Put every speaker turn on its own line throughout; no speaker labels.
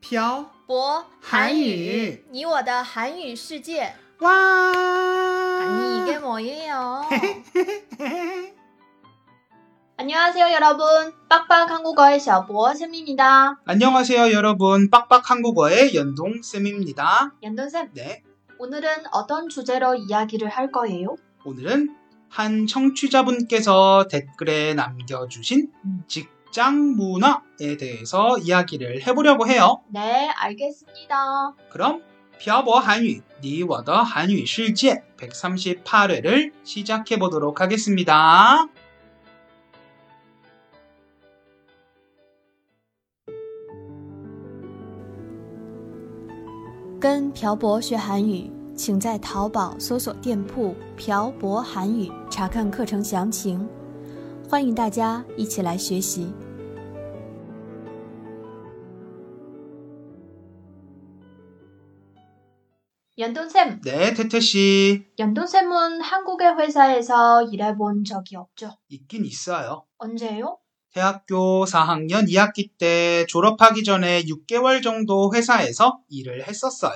飘
博
韩语
你我的韩语世界。
와.
아니 이게 뭐예요? 안녕하세요 여러분. 빡빡 한국어의 小博 쌤입니다.
안녕하세요, 여러분. 빡빡 한국어의 연동 쌤입니다.
연돈 쌤,
네,
오늘은 어떤 주제로 이야기를 할 거예요?
오늘은 한 청취자분께서 댓글에 남겨주신 직장 문화에 대해서 이야기를 해보려고 해요.
네, 알겠습니다.
그럼 펴보 한유, 니워더 한유 실제 138회를 시작해 보도록 하겠습니다.
跟朴博学韩语，请在淘宝搜索店铺“朴博韩语”查看课程详情。欢迎大家一起来学习。
연돈 쌤,
네, 태태 씨
연돈 쌤은 한국의 회사에서 일해본 적이 없죠?
있긴 있어요.
언제요?
대학교 4학년 2학기 때 졸업하기 전에 6개월 정도 회사에서 일을 했었어요.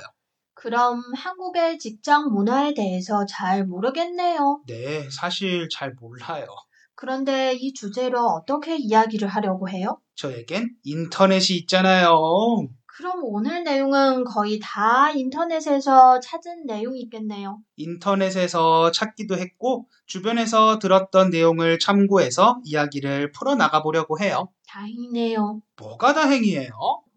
그럼 한국의 직장 문화에 대해서 잘 모르겠네요.
네, 사실 잘 몰라요.
그런데 이 주제로 어떻게 이야기를 하려고 해요?
저에겐 인터넷이 있잖아요.
그럼 오늘 내용은 거의 다 인터넷에서 찾은 내용이겠네요.
인터넷에서 찾기도 했고, 주변에서 들었던 내용을 참고해서 이야기를 풀어나가 보려고 해요.
다행이네요.
뭐가 다행이에요?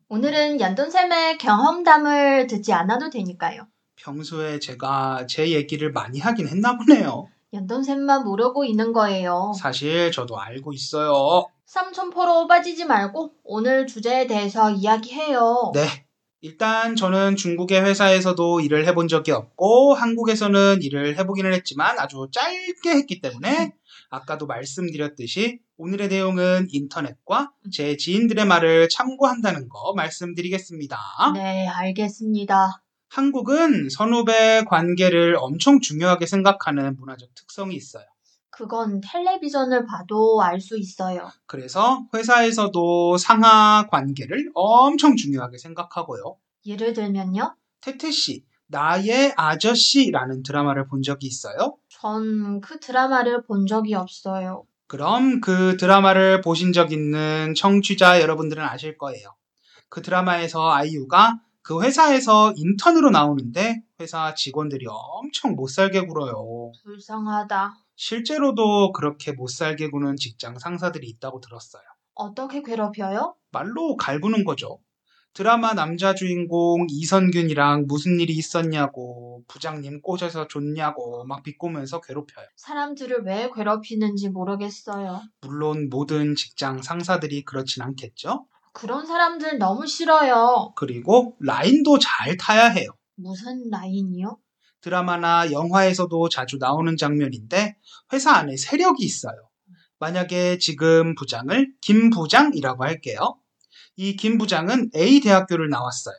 오늘은 연돈쌤의 경험담을 듣지 않아도 되니까요.
평소에 제가 제 얘기를 많이 하긴 했나 보네요.
연돈쌤만 모르고 있는 거예요.
사실 저도 알고 있어요.
삼촌포로 빠지지 말고 오늘 주제에 대해서 이야기해요.
네. 일단 저는 중국의 회사에서도 일을 해본 적이 없고 한국에서는 일을 해보기는 했지만 아주 짧게 했기 때문에 아까도 말씀드렸듯이 오늘의 내용은 인터넷과 제 지인들의 말을 참고한다는 거 말씀드리겠습니다.
네, 알겠습니다.
한국은 선후배 관계를 엄청 중요하게 생각하는 문화적 특성이 있어요.
그건 텔레비전을 봐도 알 수 있어요.
그래서 회사에서도 상하 관계를 엄청 중요하게 생각하고요.
예를 들면요.
태태 씨, 나의 아저씨라는 드라마를 본 적이 있어요?
전 그 드라마를 본 적이 없어요.
그럼 그 드라마를 보신 적 있는 청취자 여러분들은 아실 거예요. 그 드라마에서 아이유가 그 회사에서 인턴으로 나오는데 회사 직원들이 엄청 못 살게 굴어요.
불쌍하다.
실제로도 그렇게 못 살게 구는 직장 상사들이 있다고 들었어요.
어떻게 괴롭혀요?
말로 갈구는 거죠. 드라마 남자 주인공 이선균이랑 무슨 일이 있었냐고, 부장님 꼬셔서 줬냐고 막 비꼬면서 괴롭혀요.
사람들을 왜 괴롭히는지 모르겠어요.
물론 모든 직장 상사들이 그렇진 않겠죠.
그런 사람들 너무 싫어요.
그리고 라인도 잘 타야 해요.
무슨 라인이요?
드라마나 영화에서도 자주 나오는 장면인데 회사 안에 세력이 있어요. 만약에 지금 부장을 김 부장이라고 할게요. 이 김 부장은 A 대학교를 나왔어요.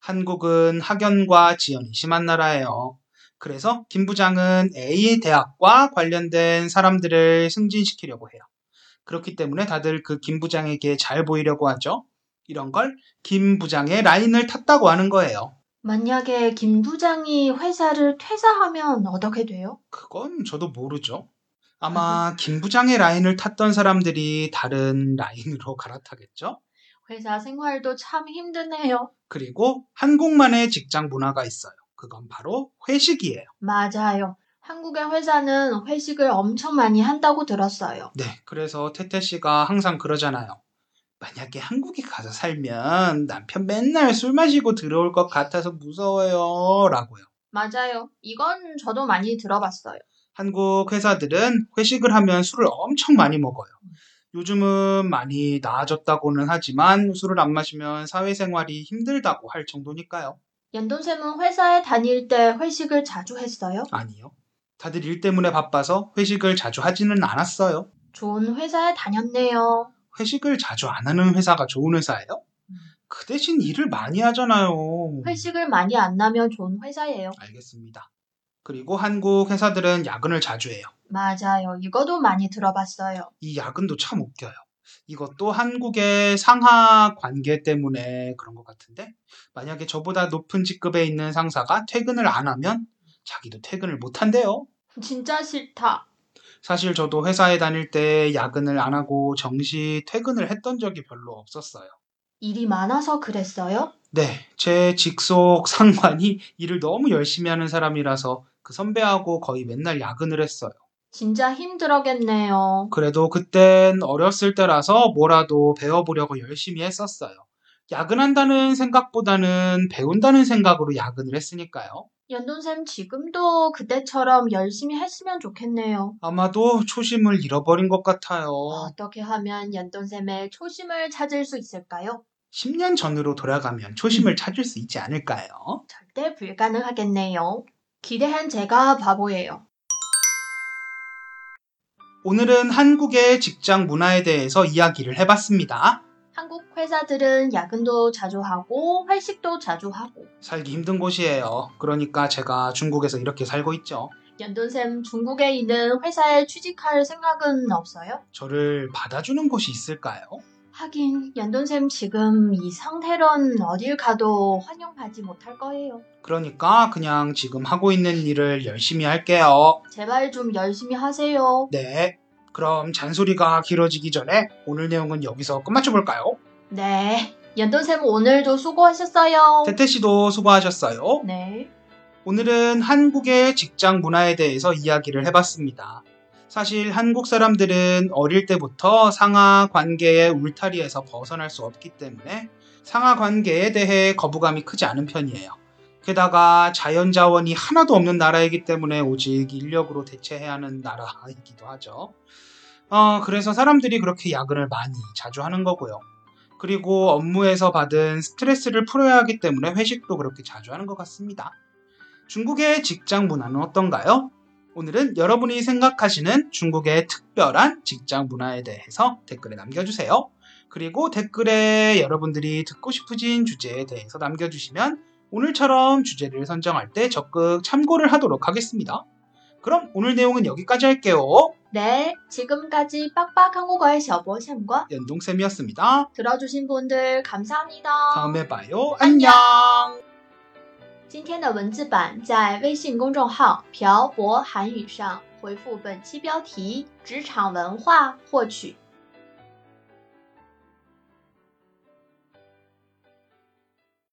한국은 학연과 지연이 심한 나라예요. 그래서 김 부장은 A 대학과 관련된 사람들을 승진시키려고 해요. 그렇기 때문에 다들 그 김 부장에게 잘 보이려고 하죠. 이런 걸 김 부장의 라인을 탔다고 하는 거예요.
만약에 김 부장이 회사를 퇴사하면 어떻게 돼요?
그건 저도 모르죠. 아마 김 부장의 라인을 탔던 사람들이 다른 라인으로 갈아타겠죠?
회사 생활도 참 힘드네요.
그리고 한국만의 직장 문화가 있어요. 그건 바로 회식이에요.
맞아요. 한국의 회사는 회식을 엄청 많이 한다고 들었어요.
네, 그래서 태태 씨가 항상 그러잖아요. 만약에 한국에 가서 살면 남편 맨날 술 마시고 들어올 것 같아서 무서워요. 라고요.
맞아요. 이건 저도 많이 들어봤어요.
한국 회사들은 회식을 하면 술을 엄청 많이 먹어요. 요즘은 많이 나아졌다고는 하지만 술을 안 마시면 사회생활이 힘들다고 할 정도니까요.
연돈쌤은 회사에 다닐 때 회식을 자주 했어요?
아니요. 다들 일 때문에 바빠서 회식을 자주 하지는 않았어요.
좋은 회사에 다녔네요.
회식을 자주 안 하는 회사가 좋은 회사예요? 그 대신 일을 많이 하잖아요.
회식을 많이 안 나면 좋은 회사예요.
알겠습니다. 그리고 한국 회사들은 야근을 자주 해요.
맞아요. 이거도 많이 들어봤어요.
이 야근도 참 웃겨요. 이것도 한국의 상하 관계 때문에 그런 것 같은데 만약에 저보다 높은 직급에 있는 상사가 퇴근을 안 하면 자기도 퇴근을 못 한대요.
진짜 싫다.
사실 저도 회사에 다닐 때 야근을 안 하고 정시 퇴근을 했던 적이 별로 없었어요.
일이 많아서 그랬어요?
네, 제 직속 상관이 일을 너무 열심히 하는 사람이라서 그 선배하고 거의 맨날 야근을 했어요.
진짜 힘들었겠네요.
그래도 그땐 어렸을 때라서 뭐라도 배워보려고 열심히 했었어요. 야근한다는 생각보다는 배운다는 생각으로 야근을 했으니까요.
연돈쌤 지금도 그때처럼 열심히 했으면 좋겠네요.
아마도 초심을 잃어버린 것 같아요.
어떻게 하면 연돈쌤의 초심을 찾을 수 있을까요?
10년 전으로 돌아가면 초심을 찾을 수 있지 않을까요?
절대 불가능하겠네요. 기대한 제가 바보예요.
오늘은 한국의 직장 문화에 대해서 이야기를 해봤습니다.
한국 회사들은 야근도 자주 하고 회식도 자주 하고
살기 힘든 곳이에요. 그러니까 제가 중국에서 이렇게 살고 있죠.
연돈쌤 중국에 있는 회사에 취직할 생각은 없어요?
저를 받아주는 곳이 있을까요?
하긴 연돈쌤 지금 이 상태론 어딜 가도 환영받지 못할 거예요.
그러니까 그냥 지금 하고 있는 일을 열심히 할게요.
제발 좀 열심히 하세요.
네. 그럼 잔소리가 길어지기 전에 오늘 내용은 여기서 끝마쳐볼까요?
네. 연돈쌤 오늘도 수고하셨어요.
태태 씨도 수고하셨어요.
네.
오늘은 한국의 직장 문화에 대해서 이야기를 해봤습니다. 사실 한국 사람들은 어릴 때부터 상하 관계의 울타리에서 벗어날 수 없기 때문에 상하 관계에 대해 거부감이 크지 않은 편이에요. 게다가 자연 자원이 하나도 없는 나라이기 때문에 오직 인력으로 대체해야 하는 나라이기도 하죠. 어, 그래서 사람들이 그렇게 야근을 많이 자주 하는 거고요. 그리고 업무에서 받은 스트레스를 풀어야 하기 때문에 회식도 그렇게 자주 하는 것 같습니다. 중국의 직장 문화는 어떤가요? 오늘은 여러분이 생각하시는 중국의 특별한 직장 문화에 대해서 댓글에 남겨주세요. 그리고 댓글에 여러분들이 듣고 싶으신 주제에 대해서 남겨주시면 오늘처럼 주제를 선정할 때 적극 참고를 하도록 하겠습니다. 그럼 오늘 내용은 여기까지 할게요.
네. 지금까지 빡빡 한국어의 셔보쌤과
연동쌤이었습니다.
들어주신 분들 감사합니다.
다음에 봐요. 안녕!
今天的文字版在微信公众号“漂泊韩语”上回复本期标题“职场文化”获取。